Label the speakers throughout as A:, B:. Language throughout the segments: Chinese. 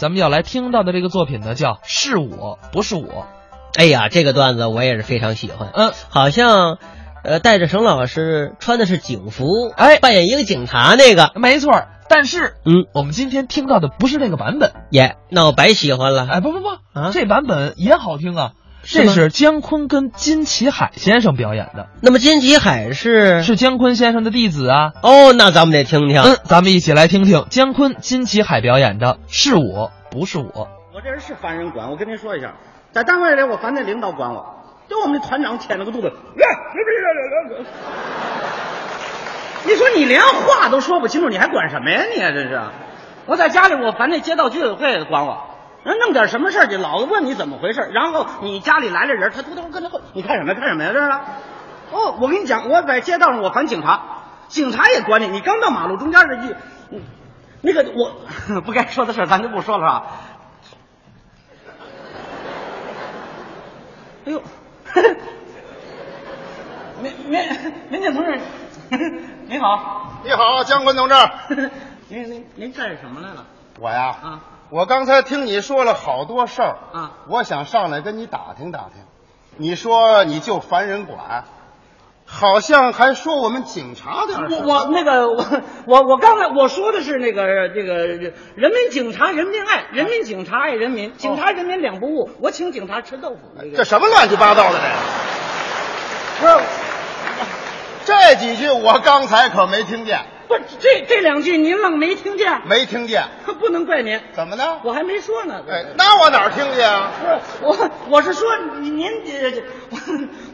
A: 咱们要来听到的这个作品呢，叫《是我不是我》。
B: 哎呀，这个段子我也是非常喜欢。
A: 嗯，
B: 好像，呃，带着沈老师穿的是警服，
A: 哎
B: 扮演一个警察那个，
A: 没错儿。但是，
B: 嗯，
A: 我们今天听到的不是这个版本。
B: 耶，那我白喜欢了。
A: 哎，不不不，
B: 啊
A: 这版本也好听啊。
B: 是
A: 这
B: 吗
A: 是姜昆跟金奇海先生表演的，
B: 那么金奇海是
A: 是姜昆先生的弟子啊。
B: 哦，那咱们得听听。
A: 嗯，咱们一起来听听姜昆、金奇海表演的《是我不是我》。
C: 我这人是烦人管，我跟您说一下，在单位里我烦那领导管我，就我们那团长舔了个肚子，来来来来来来。 你说你连话都说不清楚，你还管什么呀你、这是，我在家里我烦那街道居委会管我，人弄点什么事儿，你老问你怎么回事，然后你家里来了人，他秃头跟他后，你看什么呀看什么呀这是？哦，我跟你讲，我在街道上我烦警察，警察也管你，你刚到马路中间儿的一，嗯那个我 不该说的事儿咱就不说了啊是吧？哎呦，民民民警同志，您好，
D: 你好，姜昆同志，
C: 您您您干什么来了？
D: 我呀，
C: 啊
D: 我刚才听你说了好多事儿
C: 啊
D: 我想上来跟你打听打听。你说你就烦人管，好像还说我们警察点儿
C: 我
D: 事儿
C: 我那个我我我刚才我说的是那个这个人民警察人民爱人民警察爱人民警察人民两不误，我请警察吃豆腐那个
D: 哎这什么乱七八糟的
C: 不是
D: 这？这几句我刚才可没听见，
C: 不是这这两句您愣没听见，
D: 没听见，
C: 不能怪您，
D: 怎么呢？
C: 我还没说呢。
D: 哎，那我哪儿听见啊？
C: 不是我，我是说您您这 这，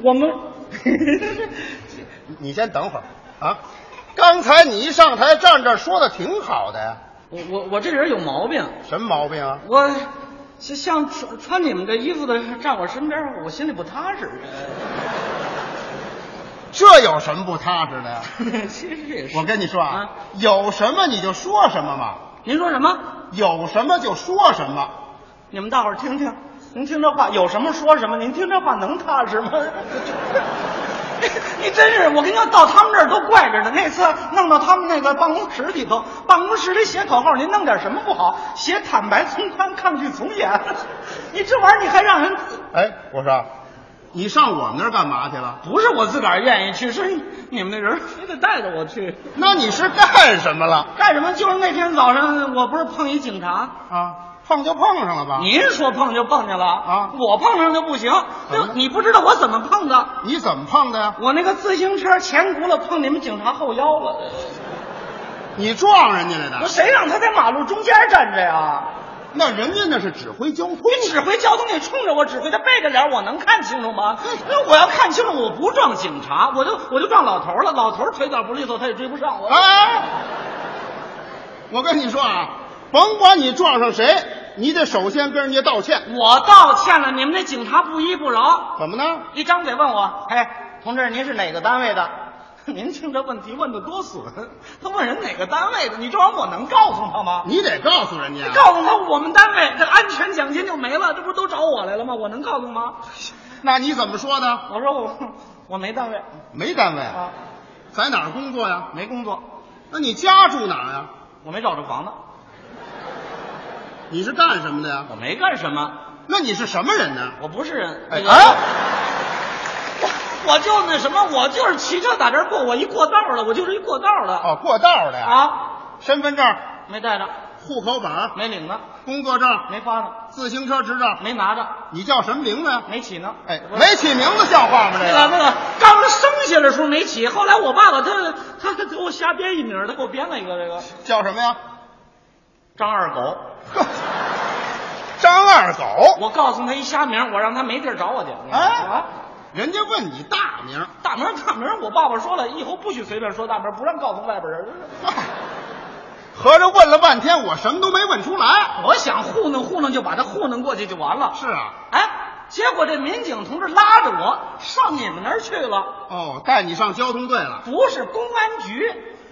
C: 我们
D: 你先等会儿啊！刚才你一上台站这儿说的挺好的呀，
C: 我我我这人有毛病，
D: 什么毛病啊？
C: 我是像穿穿你们的衣服的站我身边，我心里不踏实。
D: 这有什么不踏实的呀？
C: 呃其实也是，
D: 我跟你说啊
C: 啊，
D: 有什么你就说什么嘛，
C: 您说什么？
D: 有什么就说什么。
C: 你们大伙儿听听，您听这话有什么说什么，您听这话能踏实吗？ 你真是，我跟你说，到他们这儿都怪着呢。那次弄到他们那个办公室里头，办公室里写口号，您弄点什么不好？写坦白从宽，抗拒从严。 你这玩意儿，你还让人
D: 哎，我说，你上我们那儿干嘛去了？
C: 不是我自个儿愿意去，是你们那人非得带着我去。
D: 那你是干什么了？
C: 干什么？就是那天早上，我不是碰一警察，
D: 啊，碰就碰上了吧？
C: 您说碰就碰见了
D: 啊
C: 我碰上就不行。
D: 怎么了
C: 你不知道我怎么碰的。
D: 你怎么碰的呀？
C: 我那个自行车前轱辘碰你们警察后腰了，
D: 你撞人家来
C: 我
D: 的？
C: 谁让他在马路中间站着呀？
D: 那人家那是指挥交通。
C: 你指挥交通，你冲着我指挥，他背着脸，我能看清楚吗？那我要看清楚，我不撞警察，我就我就撞老头了。老头腿脚不利索，他也追不上我。
D: 哎，我跟你说啊，甭管你撞上谁，你得首先跟人家道歉。
C: 我道歉了，你们那警察不依不饶，
D: 怎么呢？
C: 一张嘴问我，哎，同志，您是哪个单位的？ 您听这问题问的多损，他问人哪个单位的，你这玩意儿我能告诉他吗？
D: 你得告诉人家。
C: 告诉他我们单位这安全奖金就没了，这不都找我来了吗？我能告诉吗？
D: 那你怎么说的？
C: 我说我我没单位
D: 没单位，
C: 啊，
D: 在哪儿工作呀？
C: 没工作，
D: 那你家住哪儿啊呀？
C: 我没找着房子，
D: 你是干什么的呀？
C: 我没干什么，
D: 那你是什么人呢？
C: 我不是人。
D: 哎
C: 那个
D: 啊！
C: 我我就那什么，我就是骑车打这儿过，我一过道儿的，我就是一过道儿的、
D: 哦，过道的呀。
C: 啊，
D: 身份证、
C: 没带着，
D: 户口本、
C: 没领着，
D: 工作证、
C: 没发着，
D: 自行车执照，
C: 没拿着，
D: 你叫什么名字呀？
C: 没起呢。
D: 哎，没起名字，像话吗？这
C: 那个那
D: 个
C: 个刚生下来的时候没起，后来我爸爸他他他给我瞎编一名儿，他给我编了一个这个
D: 叫什么呀？
C: 张二狗。
D: 呵张二狗。
C: 我告诉他一瞎名，我让他没地儿找我去。
D: 哎
C: 啊，
D: 人家问你大名，
C: 大名大名，我爸爸说了以后不许随便说大名，不让告诉外边人。
D: 合着问了半天，我什么都没问出来。
C: 我想糊弄糊弄，就把他糊弄过去就完了。
D: 是啊，
C: 哎，结果这民警同志拉着我上你们那儿去了，
D: 哦，带你上交通队了。
C: 不是公安局，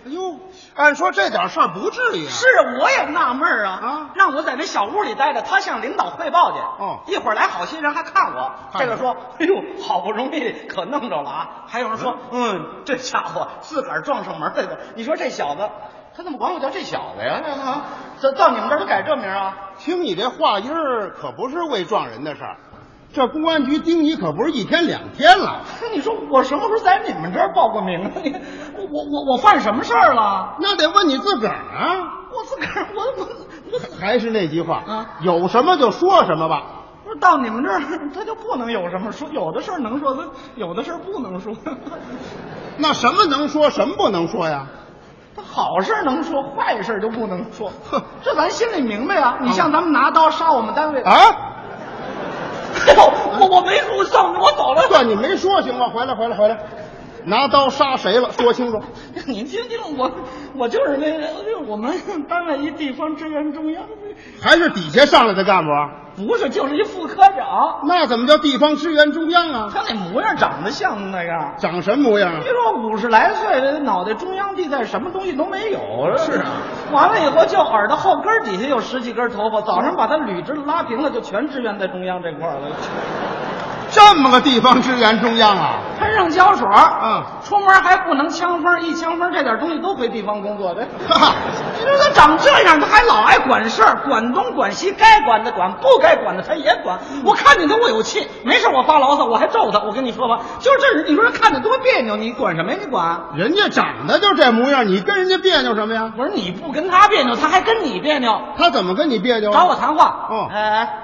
D: 哎呦，按说这点事儿不至于啊。
C: 是，我也纳闷儿啊
D: 啊
C: 让我在那小屋里待着，他向领导汇报去。
D: 哦
C: 一会儿来好心人还看我，
D: 看
C: 这
D: 你
C: 个说，哎呦，好不容易可弄着了啊！还有人说，嗯，这家伙自个儿撞上门来的。你说这小子，他怎么管我叫这小子呀？啊，这到你们这儿都改这名儿啊？
D: 听你这话音儿，可不是为撞人的事儿。这公安局盯你可不是一天两天了，
C: 你说我什么时候在你们这儿报过名啊？你我我我我犯什么事儿了？
D: 那得问你自个儿啊。
C: 我自个儿我我我自
D: 还是那句话
C: 啊
D: 有什么就说什么吧。
C: 不是到你们这儿，他就不能有什么说，有的事儿能说，他有的事儿不能说。
D: 那什么能说，什么不能说呀？
C: 他好事儿能说，坏事儿就不能说
D: 哼。
C: 这咱心里明白啊。你像咱们拿刀杀我们单位，
D: 啊，
C: 哎呦，我我没说，我上我走了。
D: 算你没说行吗？回来，回来，回来，拿刀杀谁了？说清楚。
C: 你听听我，我就是那个，就是我们单位一地方支援中央，
D: 还是底下上来的干部啊？
C: 不是就是一副科长，
D: 那怎么叫地方支援中央啊？
C: 他那模样长得像那个。
D: 长什么模样啊
C: 你？说五十来岁，脑袋中央地带什么东西都没有，是啊。完了以后，就耳朵后根儿底下有十几根头发，早上把它捋直了拉平了，就全支援在中央这块儿了。
D: 这么个地方支援中央啊？
C: 喷上胶水，
D: 嗯，
C: 出门还不能呛风，一呛风这点东西都回地方工作的。
D: 哈哈，
C: 你说他长这样，他还老爱管事儿，管东管西，该管的管，不该管的他也管。我看见他我有气，没事我发牢骚，我还揍他。我跟你说吧，就是这人，你说看着多别扭，你管什么呀？你管？
D: 人家长得就这模样，你跟人家别扭什么呀？
C: 我说你不跟他别扭，他还跟你别扭，
D: 他怎么跟你别扭啊？
C: 找我谈话。
D: 哦
C: 哎哎，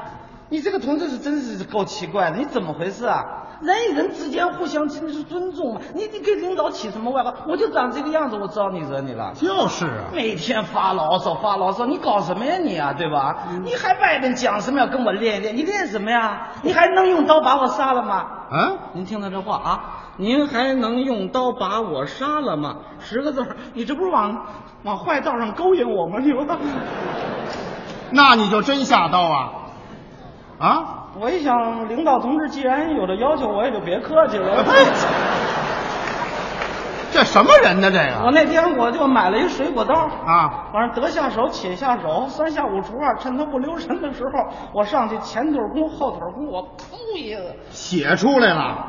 C: 你这个同志是真是够奇怪的，你怎么回事啊？人与人之间互相真的是尊重嘛，你你给领导起什么外号？我就长这个样子，我招你惹你了？
D: 就是啊，
C: 每天发牢骚发牢骚，你搞什么呀你啊，对吧？你还外边讲什么要跟我练一练？你练什么呀？你还能用刀把我杀了吗？
D: 啊，
C: 您听他这话啊，您还能用刀把我杀了吗？十个字儿，你这不是往往坏道上勾引我吗？你吧。
D: 那你就真下刀啊？啊？
C: 我一想，领导同志既然有这要求，我也就别客 气了。
D: 这什么人呢？这
C: 我
D: 个
C: 那天我就买了一水果刀，
D: 啊，
C: 反正得下手且下手，三下五除二，趁他不留神的时候，我上去前腿弓后腿弓，我噗一下子
D: 血出来了，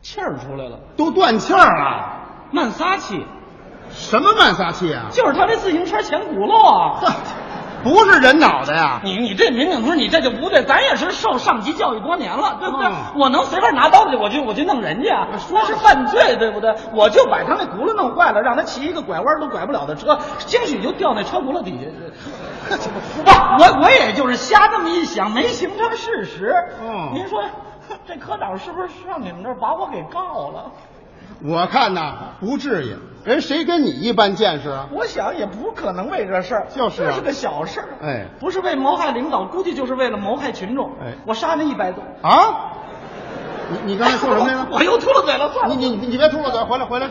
C: 气儿出来了，
D: 都断气儿了，
C: 慢撒气，
D: 什么慢撒气啊？
C: 就是他这自行车前轱辘啊。
D: 不是人脑袋啊呀？
C: 你你这民警同志，你这就不对，咱也是受上级教育多年了，对不对？
D: 嗯
C: 我能随便拿刀去，我去我去弄人家，那是犯罪，对不对？我就把他那轱辘弄坏了，让他骑一个拐弯都拐不了的车，兴许就掉那车轱辘底 下去。不，我我也就是瞎这么一想，没形成事实。
D: 嗯
C: 您说这科长是不是上你们这儿把我给告了？
D: 我看呐，不至于，人谁跟你一般见识啊？
C: 我想也不可能为这事儿，
D: 就是啊
C: 这是个小事儿，
D: 哎
C: 不是为谋害领导，估计就是为了谋害群众。
D: 哎
C: 我杀那一百多。
D: 啊？你你刚才说什么来着？
C: 我我又秃噜嘴了，算了。
D: 你你你你别秃噜嘴，回来回来，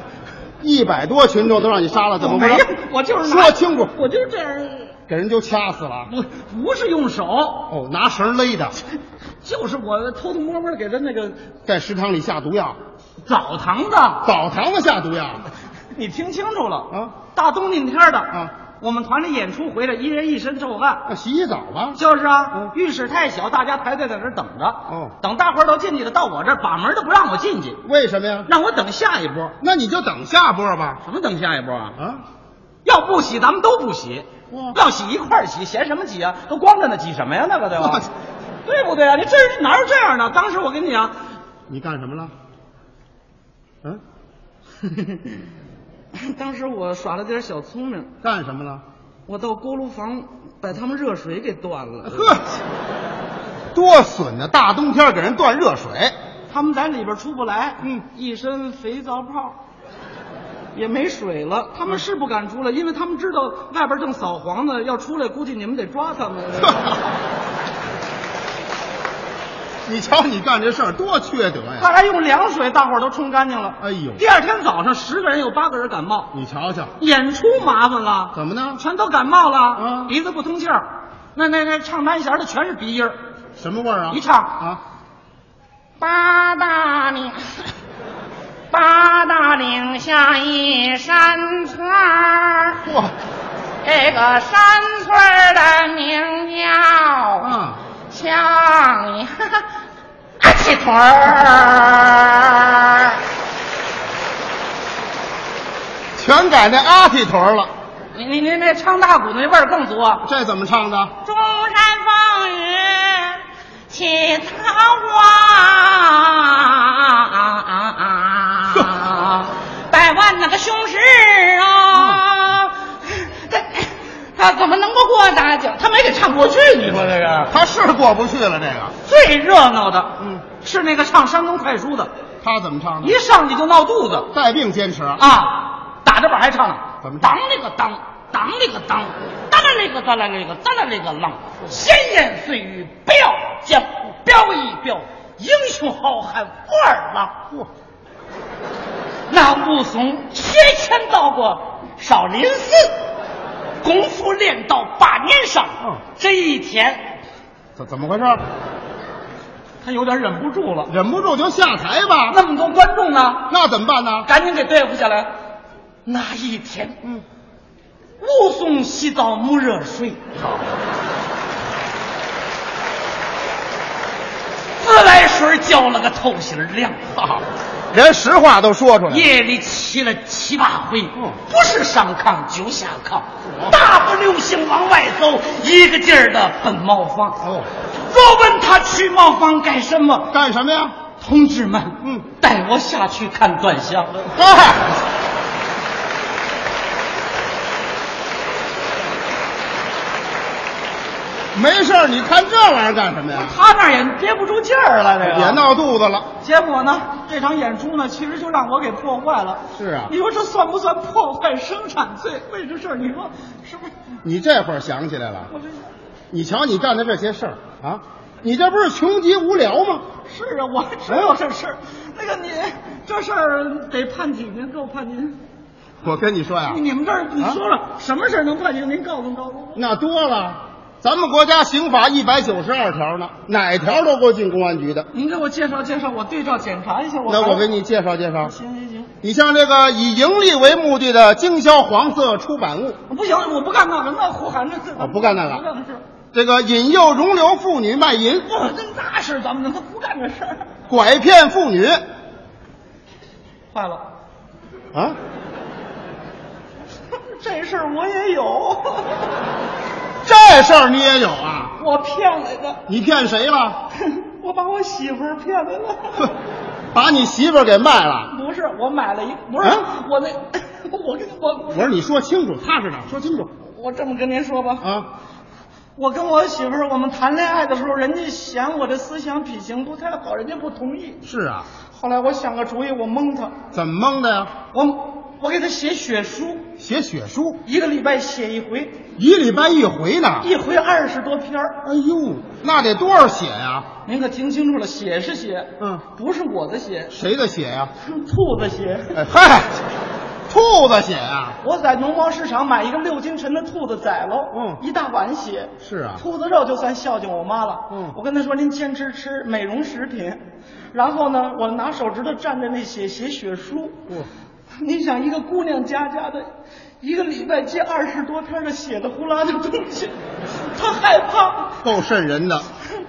D: 一百多群众都让你杀了，怎么
C: 没
D: 回
C: 有
D: 事？，
C: 我就是拿
D: 说清楚，
C: 我就是这样，
D: 给人就掐死了。
C: 不不是用手，
D: 哦，拿绳勒的，
C: 就是我偷偷摸摸地给他那个
D: 在食堂里下毒药，
C: 澡堂的。
D: 澡堂子下毒药，
C: 你听清楚了
D: 啊！
C: 大冬天天的
D: 啊，
C: 我们团里演出回来，一人一身臭汗。
D: 那洗洗澡吧。
C: 就是啊，浴室太小，大家排队在那儿等着。
D: 哦
C: 等大伙儿都进去了，到我这儿把门都不让我进去，
D: 为什么呀？
C: 让我等下一波。
D: 那你就等下播吧。
C: 什么等下一波啊？哦
D: 啊，
C: 要不洗咱们都不洗
D: 哇，
C: 要洗一块儿洗，嫌什么挤啊？都光着呢，挤什么呀？那个对吧
D: 哇？
C: 对不对啊？你这哪有这样的？当时我跟你啊讲，
D: 你干什么了？嗯，
C: 当时我耍了点小聪明，
D: 干什么了？
C: 我到锅炉房把他们热水给断了。
D: 呵，多损呐！大冬天给人断热水，
C: 他们在里边出不来，
D: 嗯
C: 一身肥皂泡，也没水了。他们是不敢
D: 嗯
C: 出来，因为他们知道外边正扫黄呢，要出来估计你们得抓他们。
D: 你瞧你干这事儿多缺德呀！
C: 大家用凉水，大伙儿都冲干净了。
D: 哎呦
C: 第二天早上，十个人有八个人感冒，
D: 你瞧瞧，
C: 演出麻烦了，
D: 怎么呢？
C: 全都感冒了，
D: 嗯
C: 鼻子不通气儿。那那那唱单弦的全是鼻音儿，
D: 啊什么味儿啊？
C: 一唱
D: 啊，
C: 八大你，八
E: 八大岭下一山村儿，
D: 嚯，
E: 这个山村儿的名叫
D: 啊，
E: 像 你哈哈阿七屯儿。
D: 全改那阿嚏屯了，
F: 你你你那唱大鼓那味儿更足。啊
D: 这怎么唱的？
E: 中山风雨起桃花，百万那个雄师啊，他他怎么能够过大井？他没给唱过去，你说
D: 这是，他是过不去了，这个
F: 最热闹的，
D: 嗯，
F: 是那个唱山东快书的，
D: 他怎么唱的
F: 一？上去就闹肚子
D: 带病坚持，
F: 啊，打着板还唱呢，
D: 怎么唱
F: 当那个当，当那个当，当啷那个当啷那个当啷那个啷，闲言碎语不要讲，标一标，英雄好汉武二郎，
D: 嚯，
F: 那武松学拳到过少林寺，功夫练到八年上，
D: 嗯
F: 这一天
D: 怎怎么回事？
F: 他有点忍不住了，
D: 忍不住就下台吧。
F: 那么多观众呢，
D: 那怎么办呢？
F: 赶紧给对付下来。那一天，
D: 嗯，
F: 武松洗澡没热水，
D: 好，
F: 自来水浇了个透心儿凉。
D: 好，连实话都说出来了。
F: 夜里起了七八回，
D: 嗯哦
F: 不是上炕就下炕，大步流星往外走，一个劲儿的奔茅房。
D: 哦，
F: 若问他去茅房干什么，
D: 干什么呀？
F: 同志们，
D: 嗯，
F: 带我下去看段香。
D: 嗨，没事儿，你看这玩意儿干什么呀？
F: 他那儿也憋不住劲儿了，
C: 啊
F: 这个
D: 也闹肚子了。
C: 结果呢，这场演出呢，其实就让我给破坏了。
D: 是啊
C: 你说这算不算破坏生产罪？为这事儿，你说是不是？
D: 你这会儿想起来了，
C: 我这
D: 你瞧你干的这些事儿啊，你这不是穷极无聊吗？
C: 是啊，我知道这事儿。那个你这事儿得判几年？给我判几年？
D: 我跟你说呀
C: 你们这儿你说说什么事儿能判几年？您告诉告诉我。
D: 那多了。咱们国家刑法一百九十二条呢，哪条都够进公安局的。
C: 您给我介绍介绍，我对照检查一下。我
D: 那我
C: 还
D: 给你介绍介绍，
C: 行行行，
D: 你像这个以盈利为目的的经销黄色出版物，
C: 不行，我不干那个，那胡喊这这
D: 我不干那个
C: 不干这事儿。
D: 这个引诱容留妇女卖淫，
C: 不，那那是咱们的，不干这事儿。
D: 拐骗妇女
C: 坏了，
D: 啊，
C: 这事儿我也有，
D: 这事儿你也有啊？
C: 我骗来的。
D: 你骗谁了？
C: 我把我媳妇儿骗来
D: 哼
C: 了。
D: 把你媳妇儿给卖了？
C: 不是，我买了一，不是、
D: 啊
C: 我那， 我跟我
D: 我说你说清楚，踏实点，说清楚
C: 我这么跟您说吧，
D: 啊！
C: 我跟我媳妇儿我们谈恋爱的时候，人家嫌我这思想品行不太好，人家不同意。
D: 是啊，
C: 后来我想个主意，我蒙她，
D: 怎么蒙的呀？
C: 我我给她写血书，
D: 写血书，
C: 一个礼拜写一回，
D: 一礼拜一回呢。
C: 一回二十多篇儿。
D: 哎呦，那得多少血呀？
C: 您可听清楚了，血是血，
D: 嗯，
C: 不是我的血，
D: 谁的血呀？
C: 是兔子血。
D: 哎嗨，兔子血呀！
C: 我在农贸市场买一个六斤沉的兔子宰了，
D: 嗯
C: 一大碗血。
D: 是啊
C: 兔子肉就算孝敬我妈了。
D: 嗯
C: 我跟她说您坚持吃美容食品，然后呢，我拿手指头蘸着那血写血书。
D: 哦
C: 你想一个姑娘家家的，一个礼拜接二十多篇的血的呼啦的东西，她害怕，
D: 够瘆人的。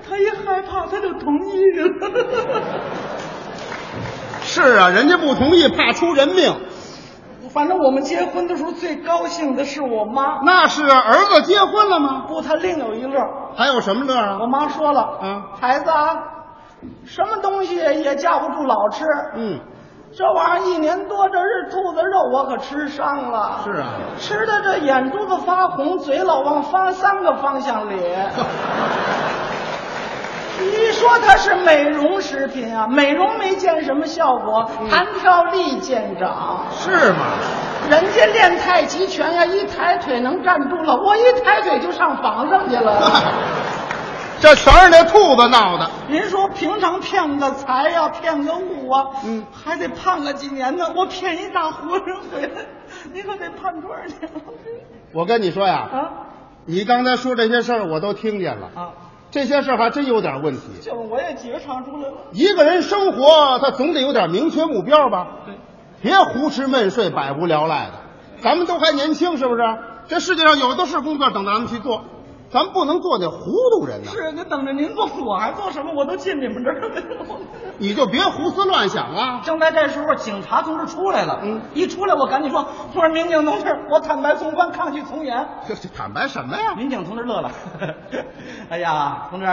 C: 她一害怕，她就同意了。
D: 是啊，人家不同意，怕出人命。
C: 反正我们结婚的时候最高兴的是我妈，
D: 那是啊儿子结婚了吗？
C: 不，她另有一乐。
D: 还有什么乐
C: 我
D: 啊？
C: 妈说了，
D: 啊
C: 孩子啊，什么东西也架不住老吃，
D: 嗯，
C: 这玩意儿一年多，这是兔子肉，我可吃伤了。
D: 是啊，
C: 吃的这眼珠子发红，嘴老往发三个方向咧。你说它是美容食品啊？美容没见什么效果，弹跳力见长。
D: 是吗？
C: 人家练太极拳呀、一抬腿能站住了，我一抬腿就上房上去了。
D: 这全是那兔子闹的。
C: 您说平常骗个财呀、骗个物啊，
D: 嗯
C: 还得判个几年呢。我骗一大活人回来， 您可得判多少年？
D: 我跟你说呀，
C: 啊
D: 你刚才说这些事儿我都听见了。
C: 啊！
D: 这些事儿还真有点问题。
C: 就是我也觉察出来了。
D: 一个人生活，他总得有点明确目标吧？对，别胡吃闷睡、百无聊赖的。咱们都还年轻，是不是？这世界上有的是工作等着咱们去做，咱们不能做那糊涂人呐、
C: 是，那等着您做，我还做什么？我都进你们这儿了。
D: 你就别胡思乱想啊！
C: 正在这时候，警察同志出来了。嗯，一出来，我赶紧说：“我说民警同志，我坦白从宽，抗拒从严。
D: 这这坦白什么 呀”？
C: 民警同志乐了：“ 哎呀，同志，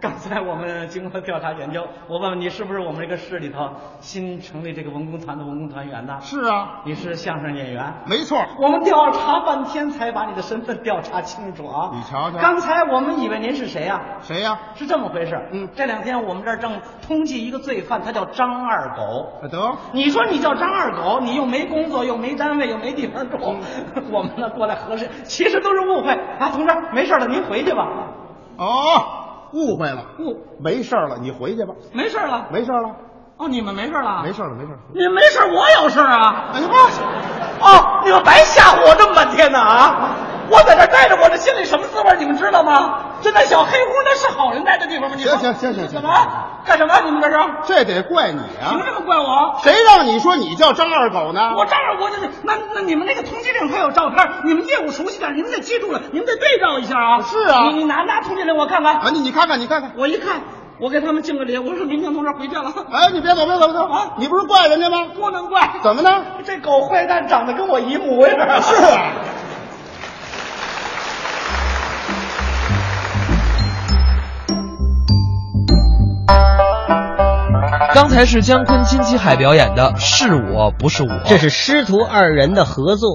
C: 刚才我们经过调查研究，我问问你是不是我们这个市里头新成立这个文工团的文工团员呢？
D: 是啊，
C: 你是相声演员。”
D: 没错。
C: 我们调查半天才把你的身份调查清楚啊！
D: 你瞧瞧
C: 刚才我们以为您是谁呀、
D: 谁呀、
C: 是这么回事。
D: 嗯
C: 这两天我们这儿正通缉一个罪犯，他叫张二狗。
D: 啊得，
C: 你说你叫张二狗，你又没工作，又没单位，又没地方住， 我们呢过来核实，其实都是误会啊，同志，没事了，您回去吧。
D: 哦，误会了，
C: 误
D: 没事儿了，你回去吧，
C: 没事了，
D: 没事儿了，
C: 哦，你们没事了，
D: 没事儿了，没事儿了。
C: 你没事，我有事啊！
D: 哎呀我去
C: 哦，你们白吓唬我这么半天呢啊！我在这儿待着，我这心里什么滋味儿，你们知道吗？这那小黑屋那是好人待的地方吗？你说
D: 行行行行行啊
C: 怎么干什么？你们这是
D: 这得怪你
C: 你们
D: 啊！
C: 这么怪我？
D: 谁让你说你叫张二狗呢？
C: 我这儿我就是那那你们那个通缉令它有照片儿，你们业务熟悉啊点儿，你们得记住了，你们得对照一下啊！
D: 是啊
C: 你你拿拿通缉令我看看，
D: 啊，你你看看，你看看。
C: 我一看，我给他们敬个礼，我说民警同志回去了，
D: 哎，你别走，别走，别走
C: 啊
D: 你不是怪人家吗？
C: 不能怪
D: 怎么呢？
C: 这狗坏蛋长得跟我一模样儿。
D: 是啊。
A: 刚才是姜昆、金奇海表演的《是我不是我》，
B: 这是师徒二人的合作。